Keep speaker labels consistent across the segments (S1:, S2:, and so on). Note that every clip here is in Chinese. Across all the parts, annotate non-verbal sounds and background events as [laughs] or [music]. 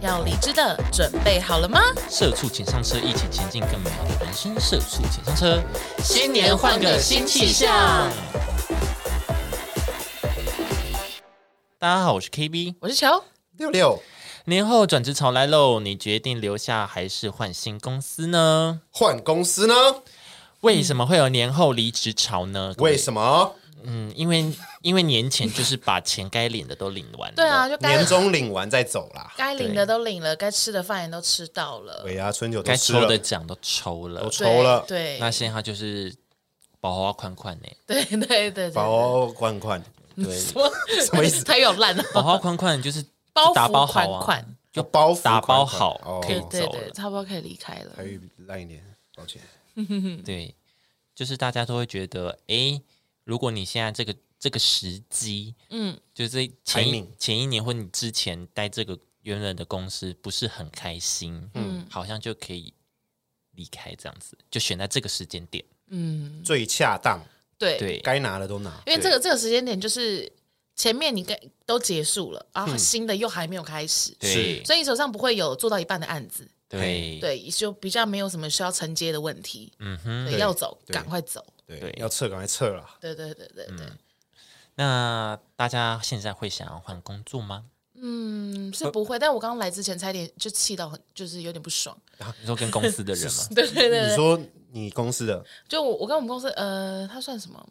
S1: 要离职的，准备好了吗？
S2: 社畜请上车，一起前进更美好的人生。社畜请上车，
S1: 新年换个新气象。
S2: 大家好，我是 KB。
S1: 我是球，
S3: 六六
S2: 年后转职潮来喽，你决定留下还是换新公司呢？
S3: 换公司呢？
S2: 为什么会有年后离职潮呢？
S3: 为什么？
S2: 嗯，因为因为年前就是把钱该领的都领完
S1: [laughs]
S2: 了，
S1: 对啊，，就该
S3: 年终领完再走啦。
S1: 该领的都领了，该吃的饭也都吃到了，
S3: 尾牙春酒都
S2: 该
S3: 吃
S2: 抽的
S3: 了，
S2: 奖都抽了
S3: 都，
S1: 对
S3: 抽了
S1: 啊对，
S2: 那现在他就是保花款款呢，
S1: [laughs] 对对对对， [laughs]
S3: 包哦罐罐，
S2: 对，
S1: 对什
S2: [laughs]
S3: 么意思
S1: 他有烂了，
S2: 保花款款就是
S1: 包
S2: 打包
S1: 袱
S2: 好
S1: 款
S2: 啊
S1: 款，
S3: 就包袱
S2: 打包
S3: 款款
S2: 好可以
S1: [laughs] 对对
S3: 哦，
S2: 走
S1: 对，
S2: 了
S1: 差不多可以离开了
S3: 台。语烂一点，抱歉。
S2: 对，就是大家都会觉得，诶，如果你现在这个这个时机，
S1: 嗯
S2: 嗯，就是前一
S3: Timing
S2: 前一年或你之前待这个原本的公司不是很开心，嗯，好像就可以离开这样子，就选在这个时间点，
S1: 嗯，
S3: 最恰当，
S1: 对，
S2: 对，
S3: 该拿的都拿。
S1: 因为这个这个时间点就是前面你跟都结束了，然后新的又还没有开始，
S2: 对
S1: 所以你手上不会有做到一半的案子，
S2: 对
S1: 对，就比较没有什么需要承接的问题，
S2: 嗯哼。
S1: 对，
S3: 对
S1: 要走
S3: 对
S1: 赶快走，
S3: 对
S2: 对，
S3: 要撤赶快撤啦。
S1: 对对对对对，
S2: 那大家现在会想要换工作吗？
S1: 嗯，是不会，但我刚来之前差点就气到很，就是有点不爽，
S2: 啊你说跟公司的人
S1: [laughs]
S2: 吗？
S1: 对对对
S3: 你
S1: 对，
S3: 说你公司的，
S1: 就我我跟我们公司呃，他算什么？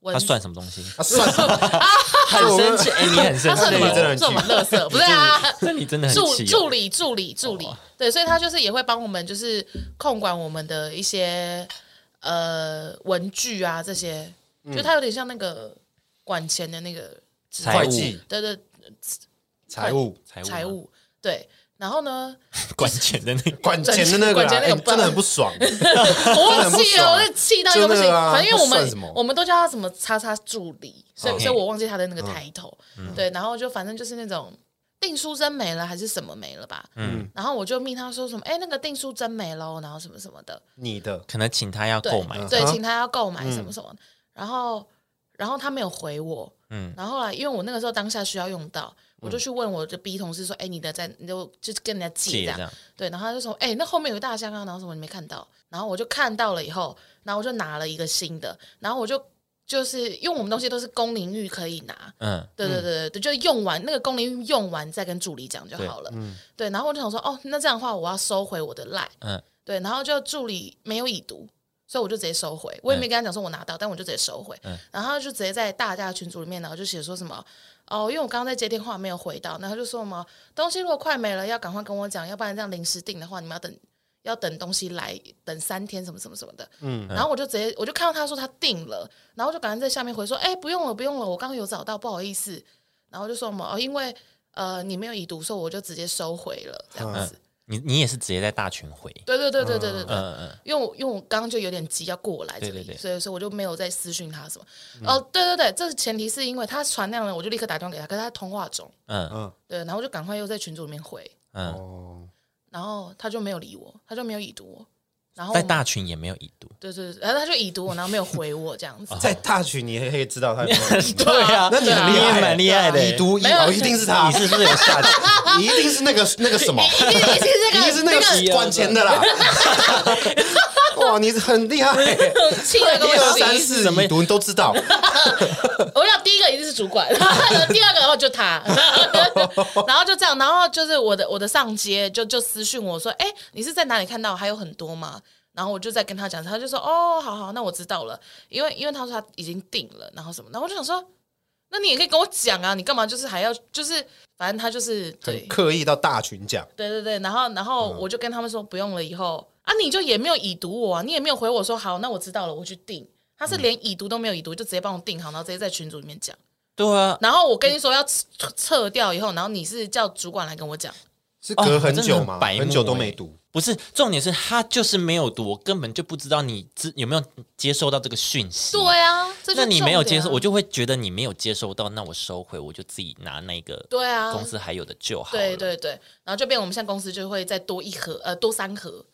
S1: 文
S2: 他算什么东西？
S3: 啊，算了，
S2: [laughs] 很生
S3: [laughs]
S2: 气，哎，你很生
S1: 他算
S2: 气
S1: 什么
S3: 这个
S2: 哦，
S3: 人
S2: [laughs]
S1: 这种垃圾？不是啊，
S2: 那你真的很
S1: 助
S2: 气啊
S1: 助
S2: 哦。
S1: 理助理助理，对，所以他就是也会帮我们，就是控管我们的一些呃文具啊这些，
S3: 嗯
S1: 就他有点像那个管钱的那个职
S2: 财
S3: 会
S2: 务
S3: 计、
S1: 对对
S2: 啊
S3: 财
S2: [laughs]
S3: 务、
S2: 财务吗，
S1: 财务对。然后呢，
S2: 管钱的那个
S3: 管钱的那个
S1: 管
S3: 啦，
S1: 钱那个
S3: 哎真的很不爽。
S1: [laughs] 我忘记了，
S3: 爽
S1: 我是气到一个不行。
S3: 真的啊
S1: 反正因为我
S3: 这算什么
S1: 们我们都叫他什么叉叉助理，所以
S2: OK
S1: 所以我忘记他的
S3: 嗯
S1: 那个抬头。对，然后就反正就是那种订书针没了还是什么没了吧。嗯，然后我就命他说什么，哎，那个订书针没了哦，然后什么什么的。
S3: 你的
S2: 可能请他要
S1: 对
S2: 购买，
S1: 对，
S3: 啊嗯
S1: 请他要购买什么什么，然后然后他没有回我，嗯
S2: 嗯，
S1: 然后后来因为我那个时候当下需要用到，我
S3: 嗯
S1: 就去问我的 B 同事说，哎、你的在，你就就是跟人家借
S2: 借
S1: 这
S2: 这
S1: 样，
S2: 样。
S1: 对，然后他就说，哎、那后面有个大箱啊，然后什么你没看到，然后我就看到了以后，然后我就拿了一个新的，然后我就就是因为我们东西都是公领域可以拿，
S2: 嗯，
S1: 对对对对对，就用完那个公领域用完再跟助理讲就好了。对，然后我就想说，哦，那这样的话我要收回我的赖。嗯
S2: 嗯，
S1: 对，然后就助理没有已读，所以我就直接收回，我也没跟他讲说我拿到，但我就直接收回。然后他就直接在大家的群组里面，然后就写说什么。哦，因为我刚刚在接电话没有回到，然后就说什么东西如果快没了，要赶快跟我讲，要不然这样临时订的话，你们要等要等东西来等三天什么什么什么的。然后我就直接我就看到他说他定了，然后就赶快在下面回说，哎、不用了，不用了，我刚刚有找到，不好意思。然后就说什么，哦，因为呃你没有已读，所以我就直接收回了，这样子。
S2: 你你也是直接在大群回，
S1: 对对对对对对对，
S2: 嗯嗯，
S1: 因为我因为我刚刚就有点急要过来这里，
S2: 对对对
S1: 所以所以我就没有再私讯他什么。
S3: 嗯
S1: 哦，对对对，这是前提是因为他传那样了，我就立刻打电话给他，可是他在通话中，
S2: 嗯
S3: 嗯
S1: 对，然后我就赶快又在群组里面回，
S2: 嗯，
S3: 哦，
S1: 然后他就没有理我，他就没有已读我，然后我
S2: 在
S1: 们
S2: 大群也没有已
S1: [laughs]
S2: 读，
S1: 对对对，然后他就已读我，然后没有回我这样子。
S3: 在大群你也可以知道他有没
S2: [laughs]
S3: 有
S2: 对啊，
S3: 那你很
S2: 你
S3: 厉
S2: 也
S3: 害，
S2: 蛮厉害的，
S3: 已读已
S1: 没有啊
S3: 哦，一定是他，
S2: 你是不是有下集？
S3: 你一定是那个那个什
S1: [laughs]
S3: 么，
S1: 一定 [laughs] 一定是
S3: 你
S1: 这
S3: [laughs] 一
S1: 个，
S3: 定是那个管钱的啦。 [laughs] 哇，你很厉
S1: [laughs]
S3: 害，一
S1: 气了个
S3: 二
S1: 不
S3: 三
S1: 行。
S3: 四已读你都知道，
S1: 我想第一个一定是主管， [laughs] 然后第二个然后就他， [laughs] 然后就这样，然后就是我的我的上阶就就私讯我说，哎、你是在哪里看到？还有很多吗？然后我就在跟他讲，他就说，哦，好好，那我知道了，因为因为他说他已经定了，然后什么，然后我就想说，那你也可以跟我讲啊，你干嘛就是还要就是，反正他就是对
S3: 很刻意到大群讲，
S1: 对对对，然后然后我就跟他们说不用了，以后啊你就也没有已读我啊，你也没有回我说好，那我知道了，我去订。他是连已读都没有已读，就直接帮我订好，然后直接在群组里面讲。
S2: 对啊，
S1: 然后我跟你说要撤撤掉以后，然后你是叫主管来跟我讲，
S3: 是隔
S2: 哦
S3: 很哎久
S2: 真的
S3: 嘛，
S2: 白目
S3: 很久都没
S2: 欸
S3: 读。
S2: 不是，重点是他就是没有读，我根本就不知道你知有没有接收到这个讯息。
S1: 对啊，这就是
S2: 那你没有
S1: 重点
S2: 接
S1: 啊
S2: 收，我就会觉得你没有接收到，那我收回，我就自己拿那个
S1: 对啊，
S2: 公司还有的就好了。
S1: 对对对，然后就变我们现在公司就会再多一盒，呃，多三盒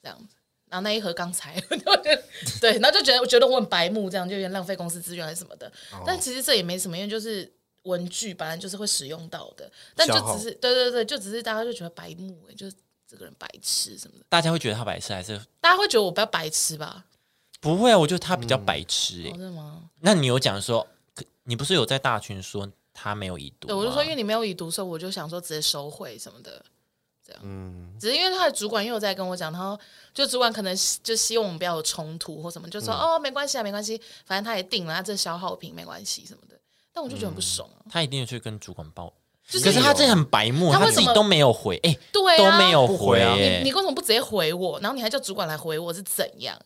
S1: 这样子。然后那一盒刚才， [laughs] 对，
S3: 哦
S1: 然后就觉得我觉得我很白目，这样就有点浪费公司资源还是什么的。但其实这也没什么，因为就是文具本来就是会使用到的，但就
S3: 消耗
S1: 只是对对对，就只是大家就觉得白目、欸，就是这个人白痴什么的，
S2: 大家会觉得他白痴还是
S1: 大家会觉得我不要白痴吧？
S2: 不会啊？我觉得他比较白痴哎、
S1: 哦真的吗？
S2: 那你有讲说，可你不是有在大群说他没有已读吗？
S1: 对，我就说因为你没有已读，所以我就想说直接收回什么的。这样，
S2: 嗯
S1: 只是因为他的主管也有在跟我讲，然后就主管可能希就希望我们不要有冲突或什么，就说、
S2: 嗯
S1: 哦没关系啊，没关系，反正他也定了，他这消耗品没关系什么的。但我就觉得很不爽啊，
S2: 他一定去跟主管报。
S1: 就是
S2: 嗯可是他真的很白目，
S1: 他
S2: 他
S1: 为
S2: 自
S1: 什么
S2: 己都没有回，哎、
S1: 对
S2: 都
S1: 啊，
S2: 没有
S3: 不回啊
S2: 哎
S1: 你为什么不直接回我？然后你还叫主管来回我是怎样？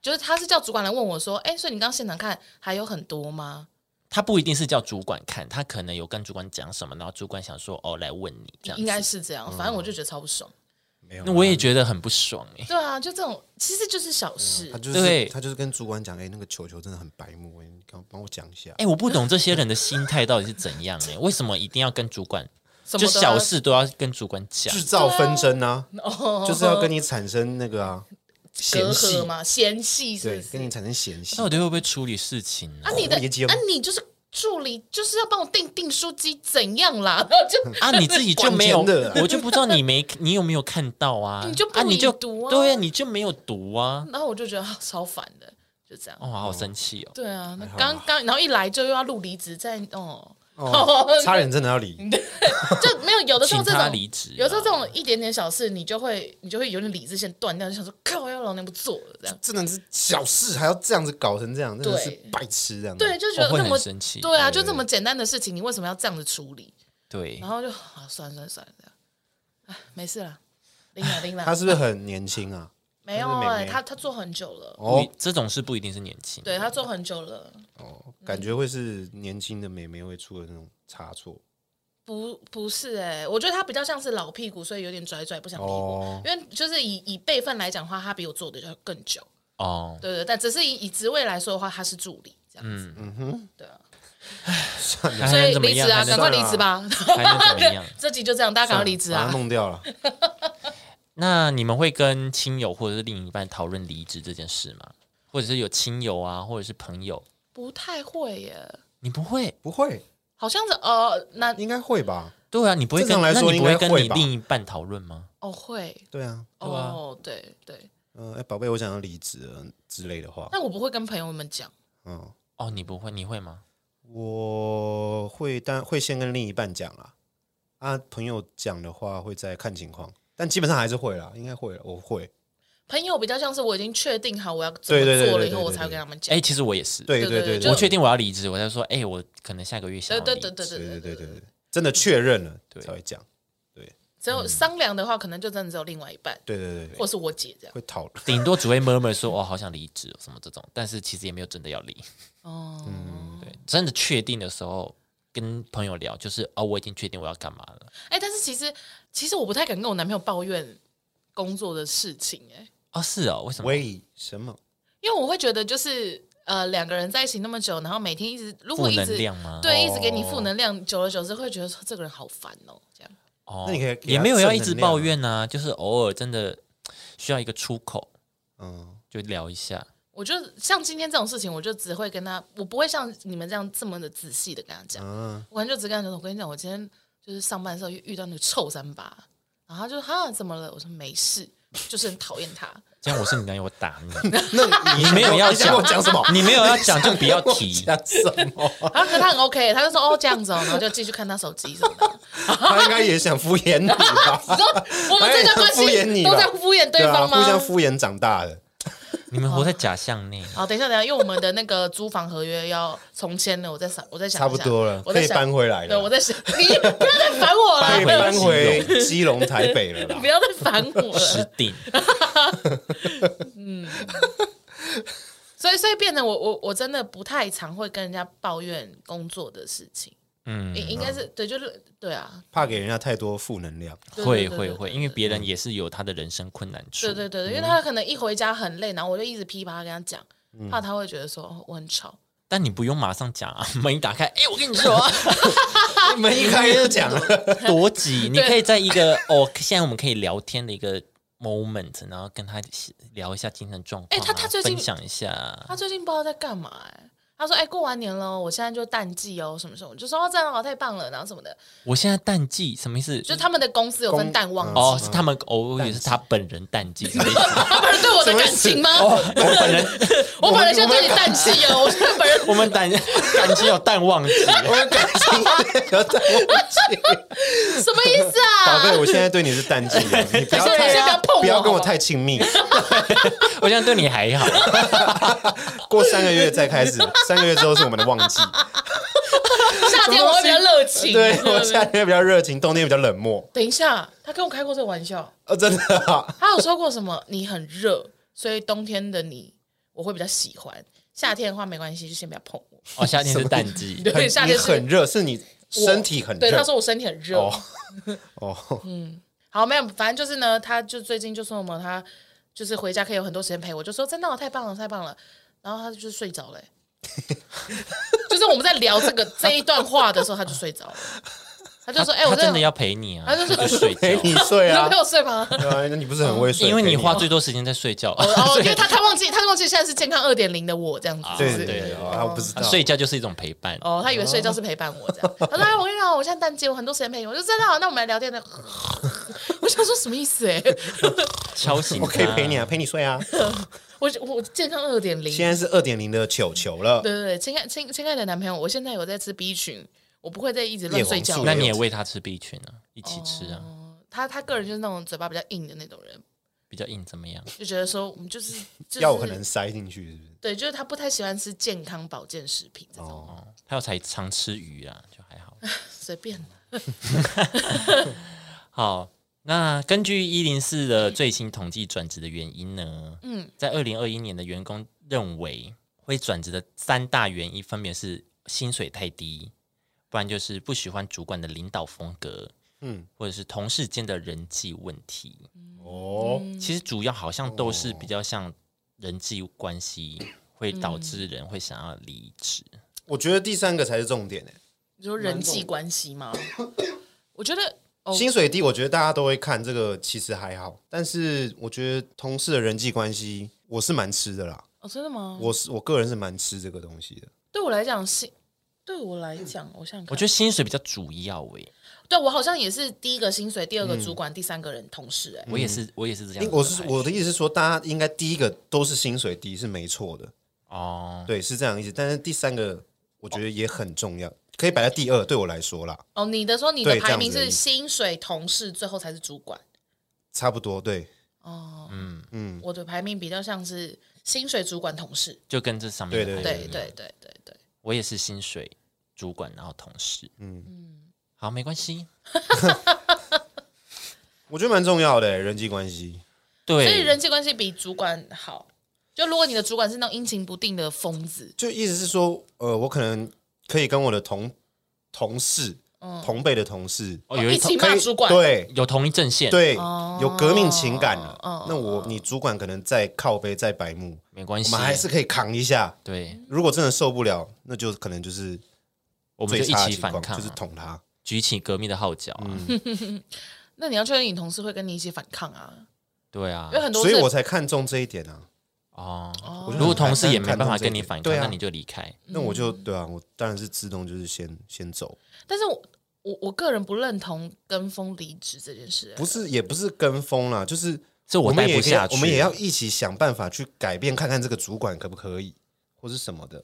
S1: 就是他是叫主管来问我说，哎、所以你刚刚现场看还有很多吗？
S2: 他不一定是叫主管看，他可能有跟主管讲什么，然后主管想说哦来问你这样子嗯
S1: 应该是这样，反正我就觉得超不爽。
S3: 没有
S2: 那我也觉得很不爽哎、
S1: 对啊，就这种其实就是小事
S3: 他，就是
S2: 对啊
S3: 他就是跟主管讲，哎，那个球球真的很白目，哎，你帮帮我讲一下
S2: 哎、。我不懂这些人的心态到底是怎样哎、为什么一定要跟
S1: [laughs]
S2: 主管，
S1: 什
S2: 就
S1: 么都要
S2: 小事都要跟主管讲？
S3: 制造纷争啊，就是要跟你产生那个啊
S1: 哦隔
S3: 嫌隙
S1: 阂，嘛，嫌隙是
S3: 对
S1: 不，是
S3: 跟？你产生嫌隙
S2: 那。我觉得会不会处理事情呢
S1: 啊，？你的
S3: 我也记得
S1: 啊，你就是助理，就是要帮我订订书机怎样啦？ [laughs] 然后就
S2: [laughs] 啊，你自己就没有
S3: 管钱的，啊
S2: 我就不知道你没你有没有看到啊？
S1: [laughs] 你就不
S2: 啊，你就
S1: 已读啊
S2: 对啊，你就没有读啊！
S1: 然后我就觉得、啊、超烦的，就这样。
S2: 哦，好生气哦！
S1: 对啊，那刚刚然后一来就又要录离职，再哦，
S3: 哦，差点真的要离，
S1: [laughs] 就没有有的时候这
S2: 请他
S1: 种
S2: 离职啊
S1: 有时候这种一点点小事，你就会你就会有点理智线断掉，就想说靠，要老娘不做了这样。
S3: 真的是小事还要这样子搞成这样，真的是白痴这样。
S1: 对，，就觉得
S2: 我会
S1: 那么
S2: 很生气
S1: 对啊，就这么简单的事情，你为什么要这样子处理？
S2: 对
S1: 然，后就啊，算了算了算了，这样，哎，没事啦，拎了拎了，
S3: [laughs] 他是不是很年轻啊？
S1: 没有
S3: 他是妹妹
S1: 哎、他他做很久了，
S3: 哦
S2: 你这种事不一定是年轻，
S1: 对他做很久了，
S3: 哦，感觉会是年轻的妹妹会出的那种差错。
S1: 不不是哎、我觉得他比较像是老屁股，所以有点拽拽，不想理我。
S3: 哦，
S1: 因为就是以以辈分来讲的话，他比我做的要更久，
S2: 哦。
S1: 对对，但只是以以职位来说的话，他是助理这样子，嗯哼，对啊，
S2: 还
S1: 所
S2: 能
S1: 以
S2: 怎么
S1: 离
S2: 样？
S1: 职啊，
S2: 还
S1: 赶
S2: 能
S1: 快离职吧，
S2: 还能怎么样？
S1: [laughs]
S2: [laughs]
S1: 这集就这样，大家赶快离职
S3: 把
S1: 啊
S3: 他！弄掉了。
S2: 那你们会跟亲友或者是另一半讨论离职这件事吗？或者是有亲友啊，或者是朋友，
S1: [laughs] 不太会耶，
S2: 你不会？
S3: 不会，
S1: 好像是呃，那
S3: 应该会吧？
S2: 对啊，你不会
S3: 正
S2: 跟
S3: 常来
S2: 那
S3: 说
S2: 你不会
S3: 应该
S2: 跟
S3: 会
S2: 你
S3: 吧
S2: 另一半讨论吗？
S1: 哦会
S3: 对啊，
S2: 对啊
S1: 哦，对对，
S3: 嗯、哎，宝贝，我想要离职了之类的话，
S1: 但我不会跟朋友们讲，
S3: 嗯，
S2: 哦，你不会，你会吗？
S3: 我会，但会先跟另一半讲啦。啊，朋友讲的话会再看情况，但基本上还是会啦，应该会啦，我会。
S1: 朋友比较像是我已经确定好我要怎么
S3: 对对对
S1: 做了
S3: 对
S1: 以后，
S3: 对
S1: 我
S3: 对
S1: 才会
S3: 对
S1: 跟他们讲
S2: 哎、。其实我也是，
S3: 对
S1: 对对
S3: 对
S1: 就
S2: 我确定我要离职，我才说，哎、我可能下个月想
S1: 对
S2: 要
S1: 呃对
S2: 离
S1: 对对
S2: 职
S1: 对
S3: 对
S1: 对
S3: 对
S1: 对
S3: 对
S1: 对。
S3: 对，真的确认了
S2: 对
S3: 才会讲。
S1: 只有商量的话，可能就真的只有另外一半，
S3: 对对对
S1: 或
S3: 对，
S1: 是我姐这样。
S3: 会讨论。
S2: 顶多只会 murmur 说，哦，好想离职哦什么这种，但是其实也没有真的要离。
S1: 哦，
S3: 嗯
S2: 对，真的确定的时候跟朋友聊，就是哦，我已经确定我要干嘛了。
S1: 哎，但是其实其实我不太敢跟我男朋友抱怨工作的事情，哎，
S2: 哦，是哦，为什么？
S3: 为什么？
S1: 因为我会觉得就是呃两个人在一起那么久，然后每天一直如果一
S2: 负
S1: 直
S2: 能量吗
S1: 对，一直给你负能量，久而久之会觉得说这个人好烦哦，这样。
S2: 哦，
S3: 那你可以给
S2: 也
S3: 他
S2: 没有要
S3: 正
S2: 一直
S3: 能量
S2: 抱
S3: 啊
S2: 怨啊，就是偶尔真的需要一个出口，
S3: 嗯，
S2: 就聊一下。
S1: 我就像今天这种事情，我就只会跟他，我不会像你们这样这么的仔细的跟他讲，
S3: 啊，
S1: 我可能就只跟他说，我跟你讲，我今天就是上班的时候遇到那个臭三八，然后他就哈怎么了？我说没事，就是很讨厌
S3: [laughs]
S1: 他。
S2: 这样我是你男友，我打 [laughs] 你。
S3: 那你
S2: 没有要
S3: 你想跟我
S2: 讲
S3: 讲什么？
S2: 你没有要讲就不要
S3: 跟我 [laughs]
S2: 提。
S3: 讲嗯什么？
S1: [laughs] 然后可是他很 OK，他就说哦这样子哦，然后就继续看他手机什么的。
S3: 他应该也想敷衍你吧？
S1: 你
S3: [laughs]
S1: 说 [laughs] 我们这段关
S3: 哎敷衍
S1: 系
S3: 你
S1: 都
S3: 吧
S1: 在敷衍对
S3: 啊，
S1: 方吗？
S3: 互相敷衍长大的。
S2: 你们活在假象内。
S1: 好，等一下，等一下，因为我们的那个租房合约要重签了，我在想，我在想一下，
S3: 差不多了
S1: 我在
S3: 可以
S1: 想
S3: 搬回来了
S1: 对，我在想，你不要再烦我
S3: 搬
S2: 搬
S1: 了
S2: 回，
S3: 搬回
S1: [laughs]
S3: 基隆、台北了啦
S1: 不。要再烦我了
S2: 石。定，
S3: [laughs]
S1: 所以，所以变得我我我真的不太常会跟人家抱怨工作的事情，
S2: 嗯，
S1: 应应该是对，就是对啊，
S3: 怕给人家太多负能量。
S1: 对
S2: 会
S1: 对对
S2: 会
S1: 对
S2: 会，
S1: 对
S2: 因为别人也是有他的人生困难处。
S1: 对对对对，因
S2: 嗯
S1: 为他可能一回家很累，然后我就一直噼啪跟他讲，
S3: 嗯
S1: 怕他会觉得说哦我很吵。
S2: 但你不用马上讲啊，门一打开，哎、我跟你说、啊，
S3: 门一开就讲了， [laughs]
S2: 多挤，你可以在一个哦，现在我们可以聊天的一个 moment，然后跟他聊一下精神状况啊、
S1: [laughs] 哎他他最近
S2: 分享一下，啊
S1: 他最近不知道在干嘛哎、他说：“哎、过完年了，我现在就淡季哦，什么什么。”我就说：“哦，这样哦，太棒了，然后什么的。
S2: 我现在淡季什么意思？”
S1: 就他们的公司有分
S3: 公
S1: 淡旺
S3: 嗯
S1: 季，
S2: 哦，是他们偶尔是他本人淡季，什么意思
S1: [laughs] 他本人对我的感情吗？
S3: 哦
S2: 我本 [laughs] 人
S1: 我本人现在对你淡季哦，我现在本人
S2: 我们感感情有淡旺季，
S3: 我们感情不要再忘记，
S1: 什么意思
S3: 宝贝，
S1: 啊？
S3: 我现在对你是淡季
S1: [laughs]
S3: 的，你不要
S1: 你
S3: 太
S1: 先不要碰我
S3: 不要跟
S1: 好
S3: 我
S1: 吗
S3: 太亲密，
S2: [laughs] 我现在对你还好，
S3: 过三个月再开始，三个月之后是我们的旺
S1: [laughs]
S3: 季。
S1: 夏天我会比较热情，
S3: 对
S1: 对
S3: 我
S1: 不对
S3: 夏天比较热情，冬天比较冷漠。
S1: 等一下，他跟我开过这个玩笑，
S3: 哦，真的啊，
S1: 他有说过什么？ [laughs] 你很热，所以冬天的你我会比较喜欢，夏天的话没关系，就先不要碰我。
S2: 哦，夏天是淡季，
S1: 对，夏
S3: 很 [laughs] 你
S1: 天是
S3: 很热，是你
S1: 我
S3: 身体很热。
S1: 对，他说我身体很热。
S3: 哦哦， [laughs]
S1: 好，没有，反正就是呢，他就最近就说什么他就是回家可以有很多时间陪我，就说真的、哦、太棒了，太棒了。然后他就睡着了、
S3: [laughs]
S1: 欸就是我们在聊这个这一段话的时候，他就睡着了。他就说：“哎、我
S2: 他真的
S1: 要，
S2: 要陪你啊，
S1: 他就是
S2: 就睡
S3: 陪你 [laughs]
S2: 觉，
S3: 睡
S1: 你能 [laughs]
S3: 啊
S1: 陪，我睡
S3: [laughs]
S1: 吗？”
S3: 对啊，那你不是很会睡？
S2: 因为你
S3: 陪
S2: 花
S3: 啊
S2: 最多时间在睡觉，
S1: 哦，因为他他忘记他忘记现在是健康二点零的我这样子。
S3: 对
S2: 对
S3: 对
S2: 对
S3: 对，啊，我不知道，
S2: [laughs] 睡觉就是一种陪伴。
S1: 哦，他以为睡觉是陪伴我这样。他说：“哎，我跟你讲，我现在淡季，我很多时间陪你。”我说：“真的好，啊那我们来聊天的。” [laughs] 我想说什么意思、欸？哎，
S2: 敲醒
S3: 我可以
S2: 他
S3: 陪你啊，陪你睡啊。
S1: 我我健康二点零。
S3: 现在是二点零的球球了，
S1: 对对对，亲爱亲亲爱的男朋友，我现在有在吃 B 群，我不会再一直乱
S3: 叶黄
S1: 睡觉了。
S3: 素
S1: 嗯
S2: 那你也喂他吃 B 群啊，一起吃
S1: 哦
S2: 啊，
S1: 他他个人就是那种嘴巴比较硬的那种人，
S2: 比较硬怎么样？
S1: 就觉得说我们就是、就是、
S3: 药很难塞进去，是不是？
S1: 对，就是他不太喜欢吃健康保健食品这种，
S2: 哦，他有才常吃鱼啊，就还好。
S1: 随便。
S2: 好，那根据一零四的最新统计，转职的原因呢？嗯，在二零二一年的员工认为会转职的三大原因分别是薪水太低，不然就是不喜欢主管的领导风格，嗯
S3: 嗯，
S2: 或者是同事间的人际问题。
S3: 哦，
S1: 嗯
S2: 其实主要好像都是比较像人际关系。会导致人会想要离职，
S3: 我觉得第三个才是重点欸诶，
S1: 你说人际关系吗？我觉得哦
S3: 薪水低，我觉得大家都会看这个，其实还好，但是我觉得同事的人际关系，我是蛮吃的啦，
S1: 哦，真的吗？
S3: 我是我个人是蛮吃这个东西的。
S1: 对我来讲是，对我来讲，我想想看，
S2: 我觉得薪水比较主要欸诶、
S1: 对我好像也是第一个薪水，第
S3: 嗯
S1: 二个主管，第三个人同事、哎、
S2: 我也是，我也是这样
S3: 因
S2: 子排序。
S3: 嗯我是我的意思是说，大家应该第一个都是薪水低是没错的，
S2: 哦，
S3: 对，是这样的意思。但是第三个我觉得也很重要，可以摆在第二，对我来说啦，
S1: 哦，你的说你的
S3: 对这
S1: 排
S3: 样子
S1: 名
S3: 的
S1: 是
S3: 意思
S1: 薪水、同事，最后才是主管。
S3: 差不多对。
S1: 哦，嗯嗯，我的排名比较像是薪水、主管、同事。
S2: 就跟这上面
S3: 对
S2: 的排
S3: 对
S1: 对
S2: 序
S1: 对对对对，
S2: 我也是薪水主管，然后同事。嗯好，没关系。
S3: 我觉得蛮重要的、欸人际关系，
S2: 对，
S1: 所以人际关系比主管好。就如果你的主管是那种阴晴不定的疯子，
S3: 就意思是说，呃，我可能可以跟我的同同事、同辈的同事，
S2: 嗯哦，有一
S1: 一起
S3: 可
S1: 骂
S3: 以
S1: 主管，
S3: 对
S2: 有同一阵线，，
S3: 对、
S1: 哦
S3: 有革命情感了、
S1: 哦
S3: 那我你主管可能在靠背在白目，
S2: 没欸关
S3: 我
S2: 系，
S3: 们还是可以扛一下。
S2: 对，
S3: 如果真的受不了，那就可能就是
S2: 我们
S3: 最
S2: 就一
S3: 差的
S2: 起
S3: 情
S2: 反
S3: 况，
S2: 抗啊，
S3: 就是嗯捅他。
S2: 举起革命的号角啊。
S1: 那你要确认你同事会跟你一起反抗啊，
S2: 对啊
S1: 因为，很多
S3: 所以
S1: 事
S3: 我才看重这一点啊。
S2: 哦，
S1: 哦
S3: 我就
S2: 如果
S3: 很看
S2: 同事也
S3: 很
S2: 没
S3: 看
S2: 办法
S3: 重这一
S2: 跟你
S3: 点
S2: 反抗，
S3: 对啊
S2: 那你就离开。
S3: 那我就
S2: 嗯
S3: 对啊，我当然是自动就是先先走，
S1: 但是我我我个人不认同跟风离职这件事、欸
S3: 不是也不是跟风啦，就是
S2: 这我
S3: 们
S2: 待
S3: 也
S2: 不
S3: 可以
S2: 下去欸
S3: 我们也要一起想办法去改变，看看这个主管可不可以，或是什么的，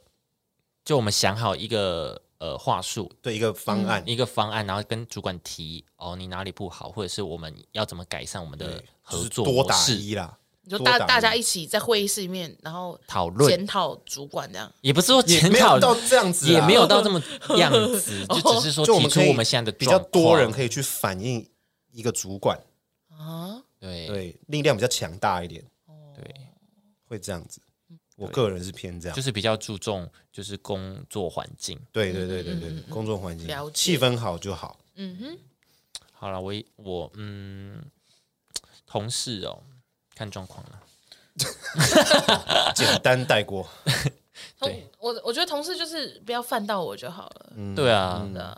S2: 就我们想好一个呃话术，
S3: 对一个方案。
S2: 嗯一个方案，然后跟主管提哦，你哪里不好，或者是我们要怎么改善我们的
S3: 对就
S2: 合
S3: 是
S2: 作
S3: 多
S2: 模
S3: 打
S2: 式，
S3: 一啦，
S2: [laughs]
S1: 你就
S3: 多
S1: 大
S3: 打
S1: 大家
S3: 一
S1: 一起在会议室里面，然后
S2: 讨论
S1: 检讨主管这样。
S2: 也不是说
S3: 也
S2: 检
S3: 没
S2: 讨
S3: 有到这样子，啊
S2: 也没有。到这么样
S3: [laughs]
S2: 子，就只是说
S3: 就我
S2: 提
S3: 们
S2: 出
S3: 可以
S2: 我们现在的
S3: 比较
S2: 状
S3: 多人
S2: 况
S3: 可以去反映一个主管，
S1: 啊，
S2: 对
S3: 对力量比较强大一点，
S2: 对，
S3: 会这样子。我个人是偏这样
S2: 就，是比较注重就是工作环境。
S3: 对对对对
S2: 嗯
S3: 对，工作环境
S1: 了解
S3: 气氛好就好。
S1: 嗯哼，
S2: 好了，我我嗯，同事哦，看状况了。
S3: 简单带过，
S1: 同
S2: 对
S1: 我我觉得同事就是不要犯到我就好了。
S3: 嗯
S2: 对啊，
S1: 对啊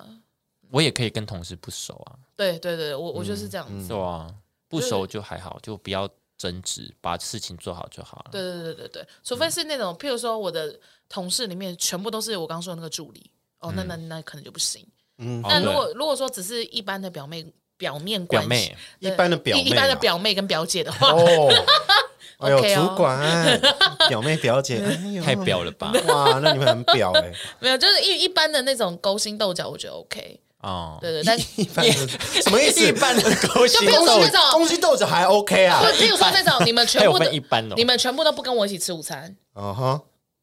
S2: 我也可以跟同事不熟啊，嗯
S3: 嗯
S1: 对对对，我我就是这样子。
S2: 对啊，不熟就还好，就不要争执，把事情做好就好了。
S1: 对对对对对，除
S2: 嗯
S1: 非是那种，譬如说我的同事里面全部都是我刚说的那个助理，哦，那那那可能就不行。
S3: 嗯，
S1: 那
S2: 哦
S1: 如
S2: 对
S1: 果如果说只是一般的表妹表面关
S2: 表
S1: 系，
S2: 妹，
S1: 对
S3: 一般的表妹
S1: 一一般的
S3: 啊
S1: 表妹跟表姐的
S2: [laughs]
S1: 话，
S3: 哦，哎呦，
S1: OK 哦
S3: 主管、哎表妹、表姐，
S2: [laughs]
S3: 哎呦
S2: 太表了
S1: [laughs]
S2: 吧
S3: 哇，那你们很表哎、
S1: 没有，就是一一般的那种勾心斗角，我觉得 OK。
S2: 哦，
S1: 对对，但是
S3: 一般的什么意思？
S2: 一般的勾心
S1: 就比如说
S2: 斗
S1: 那种
S3: 东西豆子还 OK 啊
S1: 不？，譬如说那种你们
S2: 还
S1: 全
S2: 有
S1: 部都
S2: 分一般的哦
S1: 你们全部都不跟我一起吃午餐，
S3: 哦哈，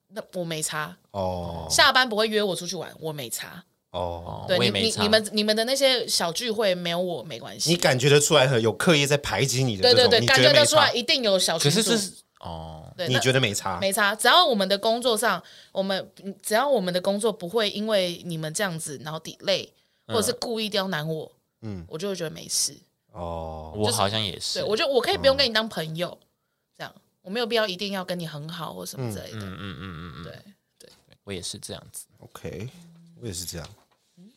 S1: 那我没差。
S3: 哦
S1: 下班不会约我出去玩，我没差。
S3: 哦，
S2: 哦，
S1: 对
S2: 我
S1: 你
S2: 也没
S1: 你
S2: 差
S1: 你们你们的那些小聚会没有我没关
S3: 你
S1: 系。
S3: 感觉得出来有刻意在排挤你的
S1: 对
S3: 这
S1: 对
S3: 种，
S1: 对，
S3: 你
S1: 感
S3: 觉
S1: 觉
S3: 没
S1: 得出来
S3: 差？
S1: 一定有小
S2: 可
S1: 群
S2: 是
S1: 组
S2: 这。是哦，
S1: 对，
S3: 你
S1: 那
S3: 觉得没差？
S1: 没差，只要我们的工作上，我们只要我们的工作不会因为你们这样子，然后 delay，或者是故意刁难我，
S3: 嗯，
S1: 我就会觉得没事。
S3: 哦，
S2: 我好像也是
S1: 对，我觉得我可以不用跟你当朋友，这样我没有必要一定要跟你很好或什么之类的。
S2: 嗯嗯嗯嗯嗯，
S1: 对，
S2: 我也是这样子。
S3: ，OK，我也是这样。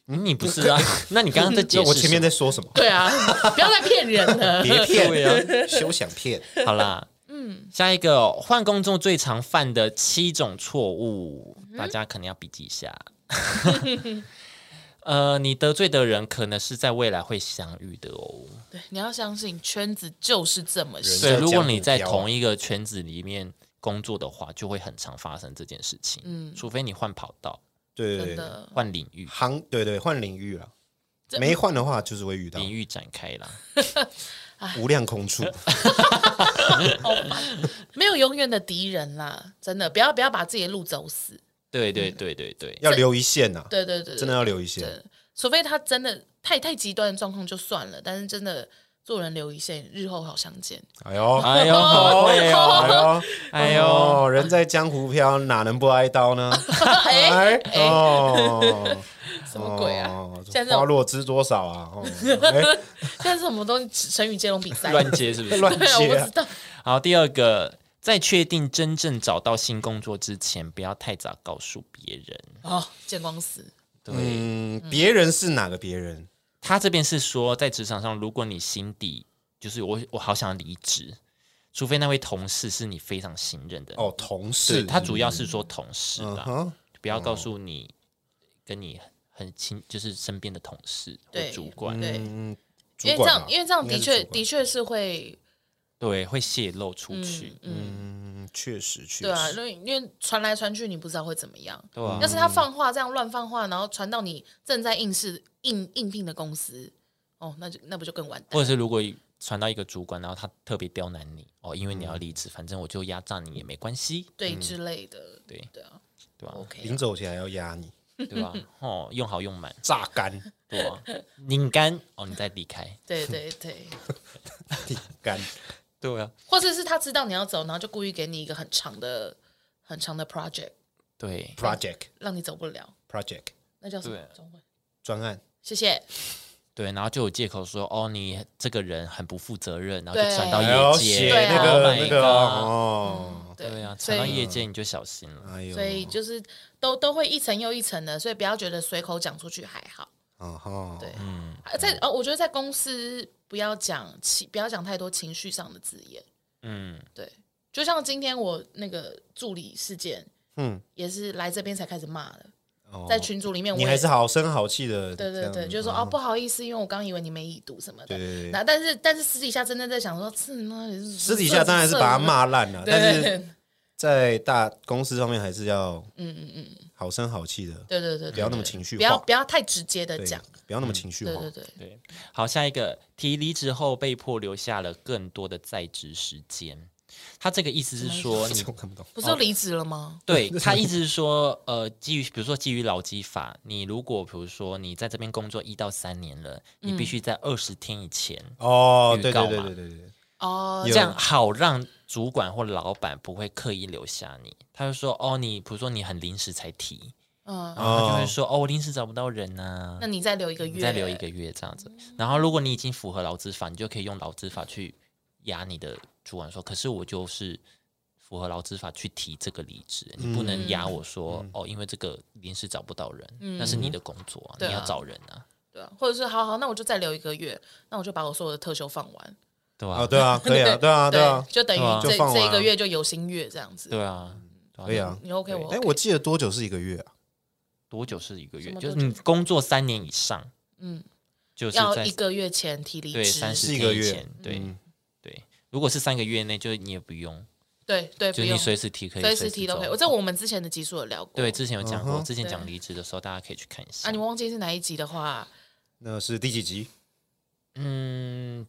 S2: 你不
S3: [laughs]
S2: 是啊？那你刚刚在解
S3: 那
S2: 释
S3: 我前面在说什么？
S1: [laughs] 对啊，不要再骗人
S3: [laughs]
S1: 了。
S3: 别
S2: 对
S3: 骗，
S2: 啊
S3: 休想骗。
S2: 什么好啦，嗯，下一个哦换工作最常犯的七种错误，大家可能要笔记一下。 [laughs] 呃，你得罪的人可能是在未来会相遇的哦。
S1: 对，你要相信圈子就是这么
S3: 人
S1: 小。
S2: 对，
S3: 叫
S2: 如果
S3: 江
S2: 你
S3: 湖
S2: 在
S3: 飘啊
S2: 同一个圈子里面工作的话，就会很常发生这件事情。嗯，除非你换跑道、
S3: 对对
S1: 真
S3: 对，
S1: 的，
S2: 换领域，
S3: 行，对对，换领域了。
S1: 这
S3: 没换的话，就是会遇到
S2: 领域展开
S3: 嗯
S2: 啦。
S1: 哎
S3: 无量空处。
S1: 没有永远的敌人啦，真的，不要不要把自己的路走死。
S2: 对对对对
S3: [laughs]
S2: 对，
S3: 要留一线呐，
S1: 对对对对，
S3: 真的啊要留一线。
S1: 对，除非他真的太太极端的状况就算了，但是真的做人留一线，日后好相
S3: [laughs]
S1: 见。
S3: 哎呦，
S2: 哎呦，好会
S3: 哎
S2: 哦，
S3: 呦，
S2: 哎呦
S3: 哦，人在江湖飘，哪能不挨刀呢？
S1: 哎，
S3: 哎哦，
S1: 什么鬼啊？
S3: 哦
S1: 现在这种
S3: 花落知多少啊？
S1: [laughs]
S3: 哦，哎，
S1: 现在是什么东西？成语接龙比赛？
S2: 乱接是不是？
S3: 乱
S1: 对啊， [laughs] 我
S3: 接
S1: 不
S3: 啊
S1: 知！道。
S2: 好，第二个，在确定真正找到新工作之前，不要太早告诉别人。
S1: 哦，见光死。
S2: 对、
S3: 嗯，别人是哪个别人？
S2: 他这边是说，在职场上，如果你心底就是我，我好想离职，除非那位同事是你非常信任的人
S3: 哦，同
S2: 对
S3: 事。
S2: 他主要是说同事
S3: 嗯
S2: 啦，
S3: 哼，
S2: 不要告诉你跟你很亲，就是身边的同事或
S1: 对
S2: 主管，
S1: 对
S3: 嗯，主
S1: 因为这
S3: 管
S1: 样
S3: 嘛，
S1: 因为这样
S3: 应该
S1: 的
S3: 是
S1: 确
S3: 主管
S1: 的确是会，
S2: 对，会泄露出去
S1: 嗯，嗯，
S3: 嗯，确实确
S1: 对啊，
S3: 实
S1: 因。为因为传来传去，你不知道会怎么样。
S2: 对
S3: 嗯
S2: 吧、
S1: 要是他放话这样乱放话，然后传到你正在应试应应聘的公司，哦，那就那不就更完
S2: 或
S1: 蛋？
S2: 者是如果传到一个主管，然后他特别刁难你，哦，因为
S3: 嗯
S2: 你要离职，反正我就压榨你也没关系，
S1: 对之类的。
S2: 嗯对
S1: 对啊
S2: 对吧、
S1: ，OK 啊。
S3: 临走前还要压你，
S2: 对吧？哦，用好用满，
S3: 榨干，
S2: 对吧、拧干哦，你再离开，
S1: 对对
S2: [laughs]
S1: 对， [laughs]
S3: 干。
S2: 对啊，
S1: 或者是他知道你要走，然后就故意给你一个很长的、很长的 project，
S2: 对
S3: project
S1: 让你走不了，
S3: project
S1: 那叫什么
S2: 对
S1: 中文？
S3: 专案，
S1: 谢谢。
S2: 对，然后就有借口说，哦，你这个人很不负责任，然后就
S1: 对
S2: 传到
S1: 哎
S2: 业
S3: 写
S2: 界，
S1: 对啊
S3: 那个
S2: Oh my
S3: 那个
S2: God
S3: 哦，
S2: 对啊，
S1: 所
S2: 传到哦
S1: 以
S2: 业界你就小心了。
S3: 哎呦，
S1: 所以就是都都会一层又一层的，所以不要觉得随口讲出去还好。
S3: 啊
S2: 哦
S3: 哈，
S1: 对，
S2: 嗯
S1: 啊在哦，我觉得在公司不要讲情，不要讲太多情绪上的字眼。
S2: 嗯，
S1: 对，就像今天我那个助理事件，
S3: 嗯，
S1: 也是来这边才开始骂的，
S3: 哦
S1: 在群组里面我
S3: 你
S1: 也
S3: 还是好声好气的这
S1: 对
S3: 样，嗯
S1: 对对，就是说哦，不好意思，因为我刚以为你没已读什么的。
S3: 对对对
S1: 那但是但是私底下真的在想说，是吗？
S3: 私
S1: 私
S3: 底下当然是把他。骂烂了，
S1: 对对
S3: 但是在大公司上面还是要嗯嗯嗯好声好气的，
S1: 对对对，
S3: 不要那么情绪
S1: 不要
S3: 化
S1: 不要太直接的
S3: 对
S1: 讲。，
S3: 不要那么情绪
S1: 对
S3: 化
S1: 对，对，
S2: 对。好，下一个提离职后被迫留下了更多的在职时间。他这个意思是说，你
S3: 这我看不懂。
S1: 不是都离职了吗？
S2: 对他意思是说，呃，基于比如说基于劳基法，你如果比如说你在这边工作一到三年了，你必须在二十天以前，
S3: 哦，对
S2: 预
S3: 对
S2: 告
S3: 对
S2: 嘛
S3: 对对对，
S1: 哦，
S3: 有
S2: 这样好让主管或老板不会刻意留下你。他就说，哦，你比如说你很临时才提，
S1: 嗯，
S2: 然后他就会说，哦，我临时找不到人呐、
S1: 那你再留一个
S2: 你
S1: 月，
S2: 再留一个月这样子。然后如果你已经符合劳资法，你就可以用劳资法去压你的主管说，可是我就是符合劳资法去提这个离职，你不能压我说、哦，因为这个临时找不到人，那是你的工作、啊，
S1: 对啊
S2: 你要找人啊。
S1: 对啊，或者是好好，那我就再留一个月，那我就把我所有的特休放完，
S2: 对
S3: 啊，
S2: 啊，
S3: 对啊，可
S1: [laughs]
S3: 以啊，对啊，对啊，
S1: 就等于
S2: 对啊
S1: 这
S3: 就放完
S1: 这
S3: 啊
S1: 一个月就有薪月这样子。
S2: 对啊，对
S3: 可以啊。
S1: 你 OK 我
S3: 哎，
S1: OK
S3: 我记得多久是一个月啊？
S2: 多久是一个月
S1: 什？么
S2: 就是
S1: 多久
S2: 你工作三年以上，
S1: 嗯，
S2: 就是
S1: 要
S2: 在
S1: 一个月前提离
S2: 对三
S1: 职，
S2: 十
S3: 一个
S2: 天以
S3: 月
S2: 前，对
S3: 嗯
S2: 对。如果是三个月内，就是你也不用，
S1: 对对，不
S2: 就是你
S1: 用
S2: 随时提可以
S1: 随时提都
S2: 走
S1: 可以。我在我们之前的集数有聊过，
S2: 对之前有讲
S3: 嗯
S2: 过，
S3: 哼
S2: 之前讲
S1: 对
S2: 离职的时候，大家可以去看一下
S1: 啊，你。忘记是哪一集的话，
S3: 那是第
S1: [laughs]
S3: 几集？
S2: 嗯，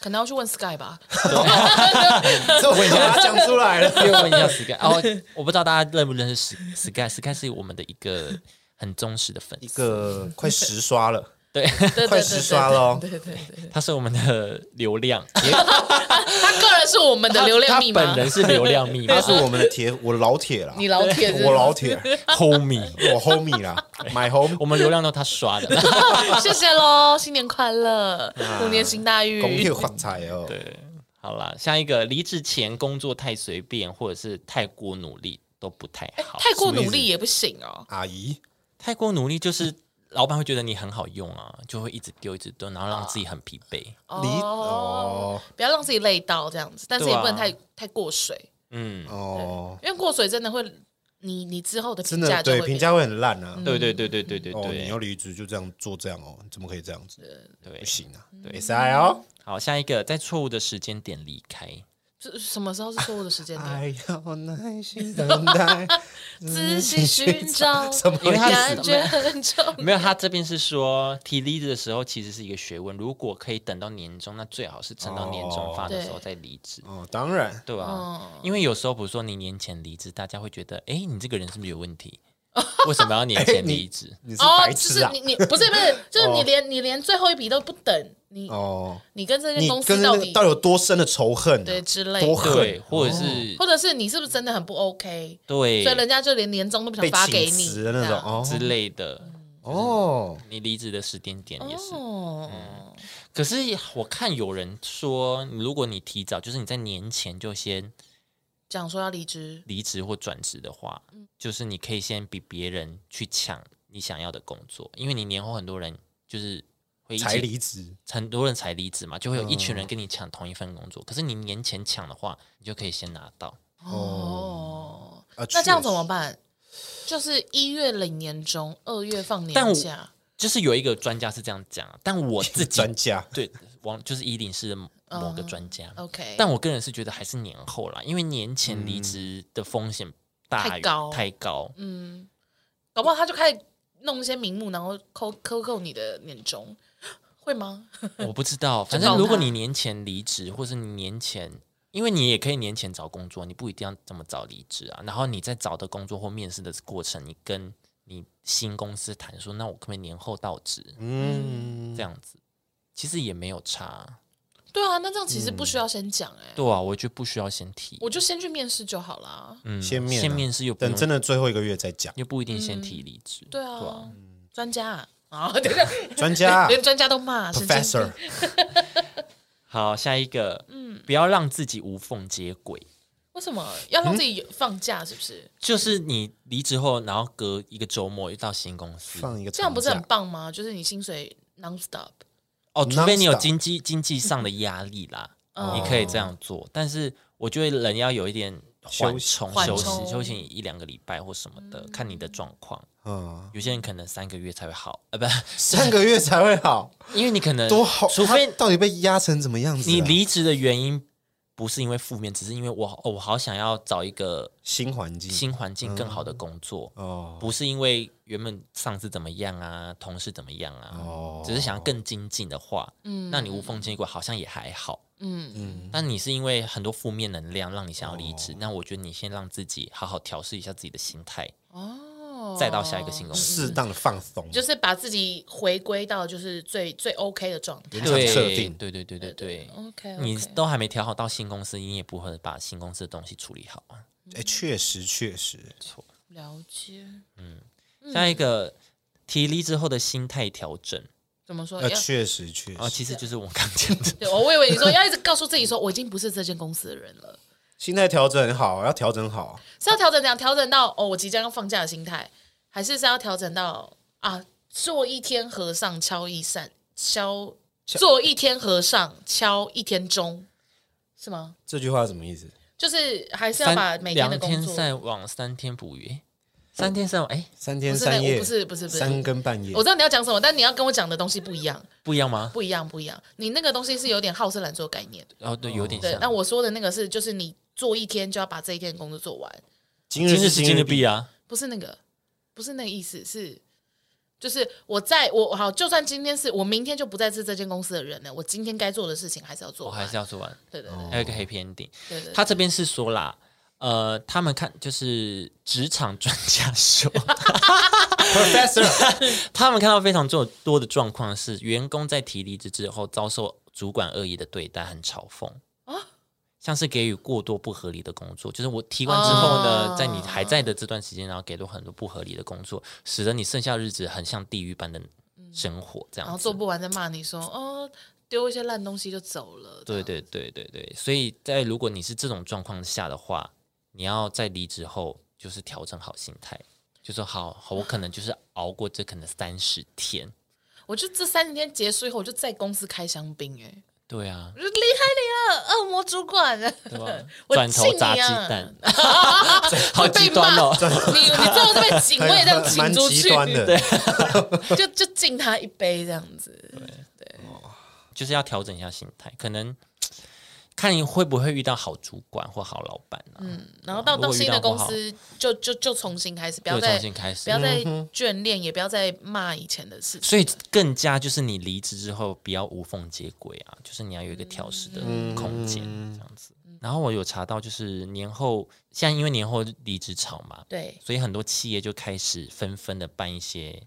S1: 可能要去问 Sky
S3: [laughs]
S1: 吧。
S3: 这我已经把它讲出来了。
S1: [laughs]
S2: 又问一下
S3: [laughs]
S2: Sky 哦，我不知道大家认不认识 Sky，Sky 是我们的一个很忠实的粉
S3: 一
S2: 丝，
S3: 个快十刷了，
S1: 对对
S3: 快
S1: 对
S3: 十
S1: 对
S3: 刷哦咯
S1: 对对对对，
S2: 他是我们的流量，
S1: 他个人是我们的流量
S2: 他
S1: 密码
S2: 本，人是流量密码，
S3: 他是我们的铁，我老铁啦，
S1: 你老铁是不是，
S3: [laughs] 我老铁，
S2: homie，
S3: 我 homie
S1: [laughs]
S3: 啦，my home，
S2: 我们流量都他刷的。
S1: 谢谢喽，新年快乐，
S3: 啊
S1: 虎年行大
S2: 嗯
S3: 恭喜
S1: 运。
S3: 发财哦。
S2: 对，好啦，下一个离职前工作太随便，或者是太过努力都不太好。
S1: 哎太过努力也不行哦，
S3: 阿姨，
S2: 太过努力就是老板会觉得你很好用啊，就会一直丢一直丢，然后让自己很疲惫。
S3: 离
S1: 哦，
S3: 哦
S1: 不要让自己累到这样子，但是也不能
S2: 对啊
S1: 太太过水，
S2: 嗯，
S3: 哦，
S1: 因为过水真的会，你你之后的
S3: 真
S1: 评价
S3: 的
S1: 就
S3: 对
S1: 会变
S3: 评
S1: 嗯
S3: 价会很烂啊。
S2: 对对对对对对
S3: 哦，你
S2: 对
S3: 要离职就这样做这样哦，你怎么可以这样子？不
S2: 对。
S3: 行啊，
S1: 嗯
S3: 没塞哦。
S2: 好，下一个在错误的时间点离开，
S1: 是什么时候是错误的时间点？
S3: 还要哎耐心等待，
S1: [laughs] 仔
S3: [laughs]
S1: 细寻找，
S3: 什么意思
S1: 感觉很重。
S2: 没有他这边是说提离职的时候其实是一个学问，如果可以等到年终，那最好是撑到年终发的时候
S1: 哦
S2: 再离职。
S3: 哦，当然，
S2: 对啊，
S1: 嗯
S2: 因为有时候比如说你年前离职，大家会觉得，哎，你这个人是不是有问题？为什么要年前离职？
S3: 你是
S1: 哦，
S3: 白
S1: 就
S3: 痴
S1: 是
S3: 啊
S1: 你。你不是不是，就是你连你连最后一笔都不等，你
S3: 哦，
S1: 你跟这
S3: 你
S1: 间公
S3: 跟
S1: 司
S3: 那
S1: 到
S3: 个
S1: 底
S3: 到底有多深的仇恨啊？
S1: 对之类
S3: 多
S1: 的，
S3: 恨
S2: 对，或者
S3: 哦
S2: 是
S1: 或者是你是不是真的很不 OK，
S2: 对
S1: 所以人家就连年终都不想
S3: 被
S1: 发给
S3: 请
S1: 你
S3: 辞的那
S1: 这
S3: 种
S1: 样
S2: 之
S3: 哦
S2: 类的，
S3: 哦，
S2: 你离职的时间点也是。
S3: 嗯
S1: 哦，
S2: 可是我看有人说，如果你提早，就是你在年前就先
S1: 讲说要离职，
S2: 离职或转职的话，就是你可以先比别人去抢你想要的工作，因为你年后很多人就是会一
S3: 才
S2: 起
S3: 离嗯职
S2: 很多人才离职嘛，就会有一群人跟你抢同一份工作。可是你年前抢的话，你就可以先拿到。
S1: 哦，
S3: 啊？
S1: 那这样
S3: 确实
S1: 怎么办？就是一月领年终，二月放
S2: 但我
S1: 年假，
S2: 就是有一个专家是这样讲，但我自己
S3: 专家
S2: 对王就是伊林是某个专家，
S1: OK，
S2: 但我个人是觉得还是年后啦，因为年前离职的风险大于
S1: 太高
S2: 太高
S1: 嗯，搞不好他就开始弄一些名目，然后扣扣扣你的年终，会吗？
S2: 我不知道，反
S1: 告
S2: 正
S1: 他
S2: 如果你年前离职，或是你年前，因为你也可以年前找工作，你不一定要这么早离职啊。然后你在找的工作或面试的过程，你跟你新公司谈说，那我可不可以年后到职？
S3: 嗯，
S2: 这样子其实也没有差，
S1: 对啊，那这样其实
S3: 嗯
S1: 不需要先讲哎、
S2: 对啊，我觉得不需要先提，
S1: 我就先去面试就好啦。
S2: 嗯，
S3: 先面啊
S2: 先面试又不
S3: 等
S2: 用
S3: 真的最后一个月再讲。
S2: 又不一定先提离职，
S1: 对啊，专家啊，啊对对，
S3: 专家啊
S1: 连专家都骂神经病
S3: ，professor，
S2: 好，下一个，嗯，不要让自己无缝接轨。
S1: 为什么要让自
S2: 嗯
S1: 己有放假？是不是、
S2: 就是你离职后，然后隔一个周末又到新公司，
S3: 放一个
S1: 这样不是
S3: 长
S1: 很
S3: 假
S1: 棒吗？就是你薪水 non stop，
S2: 哦，除非你有
S3: Non-stop 哦
S2: 经济经济上的压力啦，
S1: 嗯
S2: 你可以这样做。但是我觉得人要有一点缓冲、
S3: 休
S2: 休
S1: 息
S2: 息、
S1: 缓冲
S2: 休息一两个礼拜或什么的，看你的状况。[laughs]
S3: 嗯，
S2: 有些人可能三个月才会好，呃，不， [laughs]
S3: 三个月才会好，
S2: 因为你可能
S3: 多好！
S2: 除非
S3: 他到底被压成怎么样子啊？
S2: 你离职的原因不是因为负面，只是因为我哦，我好想要找一个
S3: 新环境
S2: 新环境、更
S3: 嗯
S2: 好的工作，
S3: 哦
S2: 不是因为原本上司怎么样啊，同事怎么样啊，
S3: 哦
S2: 只是想要更精进的话，
S1: 嗯
S2: 那你无缝接轨好像也还好。
S1: 嗯，
S2: 但你是因为很多负面能量让你想要离
S3: 哦
S2: 职，那我觉得你先让自己好好调试一下自己的心态，
S1: 哦，
S2: 再到下一个新公司。
S3: 适当的放松，
S1: 就是把自己回归到就是最最 OK 的状态。
S3: 原厂
S2: 对
S3: 嗯设定
S2: 对对对对对，
S1: OK，
S2: 你都还没调好到新公司，你也不会把新公司的东西处理好啊。
S3: 哎，确实确实
S1: 了解。嗯
S2: 下一个提离职后的心态调整
S1: 怎么说？
S3: 呃，
S1: 要
S3: 确实确
S2: 啊，
S3: 实，
S2: 其实就是我刚讲的
S1: [laughs] 对，我以为你说要一直告诉自己说，我已经不是这间公司的人了，
S3: 心态调整好，要调整好，
S1: 是要调整怎样？调整到哦，我即将要放假的心态，还是是要调整到啊，做一天和尚敲一扇敲做一天和尚敲一天钟，是吗？
S3: 这句话什么意思？
S1: 就是还是要把
S2: 三
S1: 每天的
S2: 两
S1: 工
S2: 天
S1: 作，哦
S2: 晒网，三天捕鱼，诶三天晒网，哎，
S3: 三天
S1: 不是那
S3: 三夜，
S1: 我不是不是不是
S3: 三更半夜
S1: 我。知道你要讲什么，但你要跟我讲的东西不一样，
S2: 不一样吗？
S1: 不一样，不一样。你那个东西是有点好吃懒做概念，
S2: 哦，对，有点
S1: 对。
S2: 像
S1: 那。我说的那个是，就是你做一天就要把这一天的工作做完，
S3: 今
S2: 今
S3: 日
S2: 日
S3: 是
S2: 是今日
S3: 日
S2: 毕，啊，
S1: 不是那个，不是那个意思，是就是我在我好，就算今天是我明天就不再是这间公司的人了，我今天该做的事情还是要做
S2: 我
S1: 完，
S2: 哦还是要做完。
S1: 对对对
S2: 还有一个 happy ending。
S1: 对对对。
S2: 他这边是说啦，呃，他们看就是职场专家说， [laughs]
S3: Professor，
S2: 他们看到非常多多的状况是，员工在提离职之后遭受主管恶意的对待和嘲讽像是给予过多不合理的工作，就是我提完之后呢，
S1: 哦
S2: 在你还在的这段时间，然后给了很多不合理的工作，使得你剩下的日子很像地狱般的生活，这样子。
S1: 然后做不完再骂你说哦，丢一些烂东西就走了。
S2: 对对对对对，所以在如果你是这种状况下的话，你要在离职后就是调整好心态，就说好好，我可能就是熬过这可能三十天。
S1: 我就这三十天结束以后，我就在公司开香槟、欸，哎，
S2: 对啊
S1: 我，就离开你了，啊恶魔主管，？
S2: 对吧
S1: [laughs] 我
S2: 转
S1: 敬
S2: 头
S1: 你
S2: 砸
S1: 啊
S2: 鸡
S1: [laughs]
S2: 蛋，好极端哦。
S1: 被骂你你知 [laughs] 道我这边警卫这
S2: [laughs]
S1: 样请
S3: 哎蛮
S1: 出
S3: 极端
S1: 去，
S3: 的。
S1: 就就敬他一杯这样子。
S2: 就是要调整一下心态，可能看你会不会遇到好主管或好老板啊。
S1: 然后到
S2: 如果
S1: 到新
S2: 遇
S1: 的
S2: 到不
S1: 公
S2: 好
S1: 司，就就就重新开始，不要
S2: 对，
S1: 再
S2: 重新开始
S1: 不。要再眷恋，也不要再骂以前的事情。
S2: 所以更加就是你离职之后不要无缝接轨啊，就是你要有一个调试的
S3: 嗯
S2: 空间、这样子。然后我有查到，就是年后现在因为年后离职潮嘛，
S1: 对，
S2: 所以很多企业就开始纷纷的办一些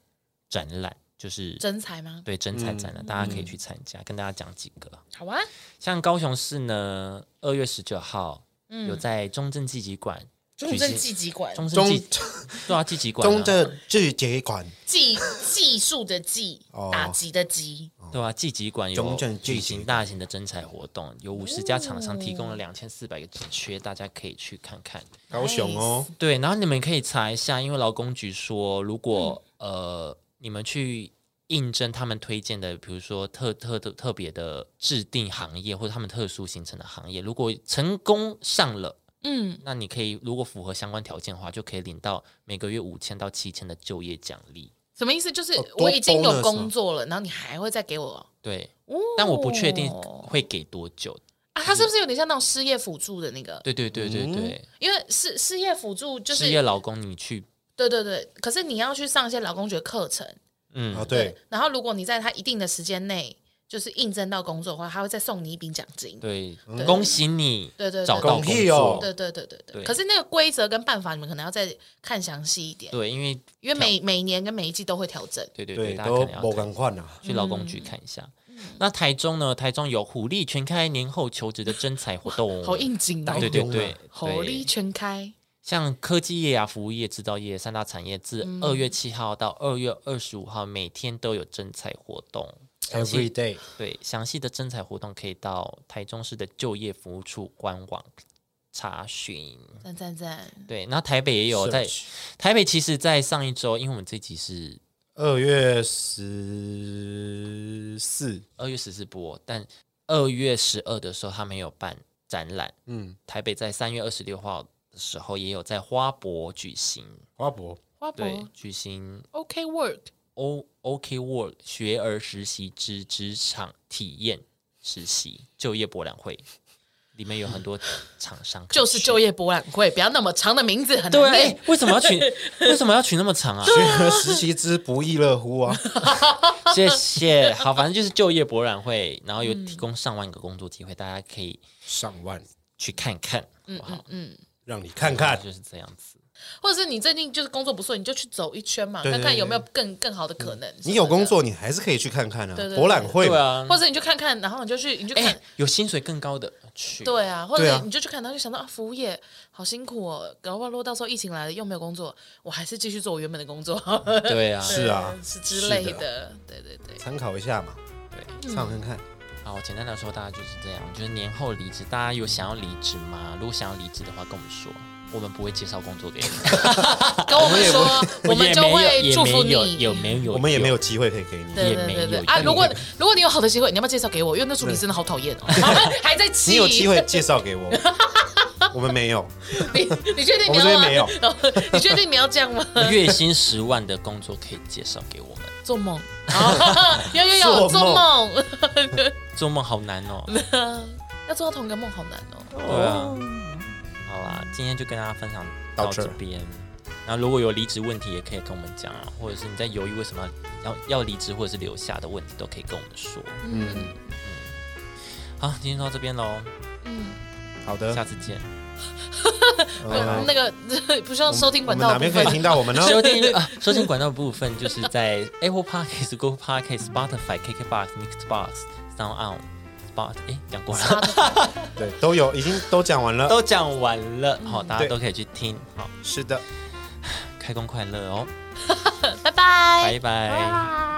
S2: 展览，就是
S1: 真才吗？
S2: 对真才展览，
S3: 嗯
S2: 大家可以去参加。跟大家讲几个，
S1: 好啊，
S2: 像高雄市呢，二月十九号、有在中正纪集馆
S1: 中
S2: 举
S1: 正
S2: 行
S1: 纪集馆，
S2: 中正
S3: 中
S2: 纪
S3: [laughs]
S2: 对啊纪集馆、啊、
S3: 中的拒绝馆，
S1: 技技术的技
S3: 哦，
S1: 打击的击。
S2: 对啊，季集馆
S3: 中
S2: 有
S3: 正纪
S2: 举
S3: 集
S2: 行
S3: 馆
S2: 大型的征才活动，有五十家厂商提供了两千四百个职缺，大家可以去看看。
S3: 高雄哦，
S2: 对，然后你们可以查一下，因为劳工局说，如果、呃你们去应征他们推荐的，比如说特特特特别的制定行业或者他们特殊形成的行业，如果成功上了。
S1: 嗯，
S2: 那你可以如果符合相关条件的话，就可以领到每个月五千到七千的就业奖励。
S1: 什么意思？就是
S3: 哦多
S1: 我已经
S3: bonus
S1: 有
S3: 吗
S1: 工作了，然后你还会再给我？
S2: 对，
S1: 哦
S2: 但我不确定会给多久。
S1: 啊，它是不是有点像那种失业辅助的那个？
S2: 对对对对对。
S1: 因为失失业辅助就
S2: 失业
S1: 是
S2: 老公，你去，
S1: 对对对，可是你要去上一些劳工局的课程，
S2: 嗯，
S3: 啊对，，
S1: 然后如果你在他一定的时间内就是应征到工作的话，他会再送你一笔奖金。
S2: 对，恭喜你，
S1: 对对对
S2: 找到
S3: 嗯恭
S2: 工
S3: 喜哦
S2: 作
S1: 对，对对对对，
S2: 对
S1: 可是那个规则跟办法，你们可能要再看详细一点，
S2: 对，因为
S1: 因为每每年跟每一季都会调整。
S2: 对对
S3: 对，
S2: 对，大家可
S3: 都
S2: 能
S3: 某
S2: 要看
S3: 敢换啊。
S2: 去劳工局
S1: 嗯
S2: 看一下。那台中呢？台中有虎力全开年后求职的征才活
S3: 嗯
S2: 动，
S1: 好应景哦
S2: 对，对
S3: 用啊
S2: 对，
S1: 火力
S2: 对，
S1: 全开，
S2: 像科技业啊、服务业、制造业三大产业，自
S1: 嗯
S2: 二月七号到二月二十五号，每天都有征才活动。详细
S3: Every day，
S2: 对，详细的征才活动可以到台中市的就业服务处官网查询。
S1: 赞赞赞！
S2: 对，那台北也有在
S3: Search
S2: 台北，其实，在上一周，因为我们这集是
S3: 二月十四，
S2: 二月十四播，但二月十二的时候，他们有办展览。
S3: 嗯，
S2: 台北在三月二十六号的时候，也有在花博举行，
S3: 花 [laughs] 博
S1: 花
S2: 对
S1: 博，
S2: 举行
S1: OK work，
S2: O OK World 学儿实习之职场体验实习就业博览会，里面有很多厂商，
S1: [laughs] 就是就
S2: 业。
S1: 业博览会，不要那么长的名字，很
S2: 对
S1: 难
S2: 啊，哎、
S1: 念。
S2: 为什么要取？ [laughs] 为什么要取那么
S1: [laughs]
S2: 长啊？
S3: 学而时习之，不亦乐乎啊！
S2: 谢谢。好，反正就是就业博览会，然后有
S1: 嗯
S2: 提供上万个工作机会，大家可以
S3: [laughs] 上万
S2: 去看看，
S1: 嗯
S2: 好不好？
S3: 让你看看，
S2: 就是这样子。
S1: 或者是你最近就是工作不顺，你就去走一圈嘛，
S3: 对
S1: 看看
S3: 对嗯
S1: 有没有更更好的可能。
S3: 你有工，作，你还是可以去看看啊
S1: 对对。对
S3: 博览会嘛，
S2: 啊，
S1: 或者你就看看，然后你就去，你就
S2: 哎、
S1: 看，
S2: [clears throat] 有薪水更高的去。
S1: 对啊，或
S3: 对
S1: 者
S3: 啊
S1: 你就去看，然后就想到啊，服务业好辛苦哦，搞不好如果到时候疫情来了又没有工作，我还是继续做我原本的工作，
S2: 对啊，
S3: 是啊
S1: 是之类
S3: 是
S1: 的，对对对。
S3: 参考一下嘛，
S2: 对。
S3: 上看看。
S2: 好，简单来说，大家就是这样。就是年后离职，大家有想要离职吗？如果想要离职的话，跟我们说，
S4: 我们不会介绍工作给你，
S1: 跟我们说， [laughs] 我们
S2: 也
S1: 就
S2: 没有
S1: 会
S2: 也
S1: 祝福
S2: 没有
S1: 你。
S2: 有没有？
S3: 我们也没有机会可以给你。
S1: 对
S2: 也
S1: 对
S2: 没
S1: 对
S2: 有
S1: 对
S2: 也
S1: 啊！
S2: 没
S1: 如果
S2: 有
S1: 如果你有好的机会，你要不要介绍给我？因为那助理真的好讨厌哦，还在气。
S3: 你有机会介绍给我， [laughs] 我们没有，
S1: 你你确定
S3: 我
S1: 你
S3: 们这
S1: 要
S3: 边
S1: 吗
S3: 没？有。
S1: 你确定你要这样吗？
S2: 月薪十万的工作可以介绍给我们。
S1: 做梦，哦 [laughs] 有有有
S3: 做
S1: 做梦，
S2: 做梦好难哦。
S1: [laughs] 要做到同一个梦好难哦。
S2: 对啊，好啦，今天就跟大家分享到
S3: 到这
S2: 这
S3: 儿
S2: 边。那如果有离职问题，也可以跟我们讲啊，或者是你在犹豫为什么要要离职或者是留下的问题，都可以跟我们说。
S3: 嗯，
S2: 好，今天就到这边喽，
S3: 好的
S2: 下。次见。
S3: 呃
S1: 嗯那个 [laughs] 不需要收听管
S3: 我
S1: 道
S3: 们
S1: 的
S3: 哪
S1: 部
S3: 边可以
S1: 分
S3: 听到我们
S1: [laughs]
S3: 呢？
S2: [laughs] 收听啊， [laughs] 收听管道的部分就是 [laughs] 在 Apple Podcast、Google Podcast、Spotify、KKBox、Mixbox、Sound On、Spot，哎，讲过了，
S3: 对，都有，已经都讲完了。
S2: [laughs] 都讲完了，好，大家
S3: 对
S2: 都可以去听，好，
S3: 是的。
S2: 开工快乐哦，
S1: 拜拜，
S2: 拜拜。
S1: 拜。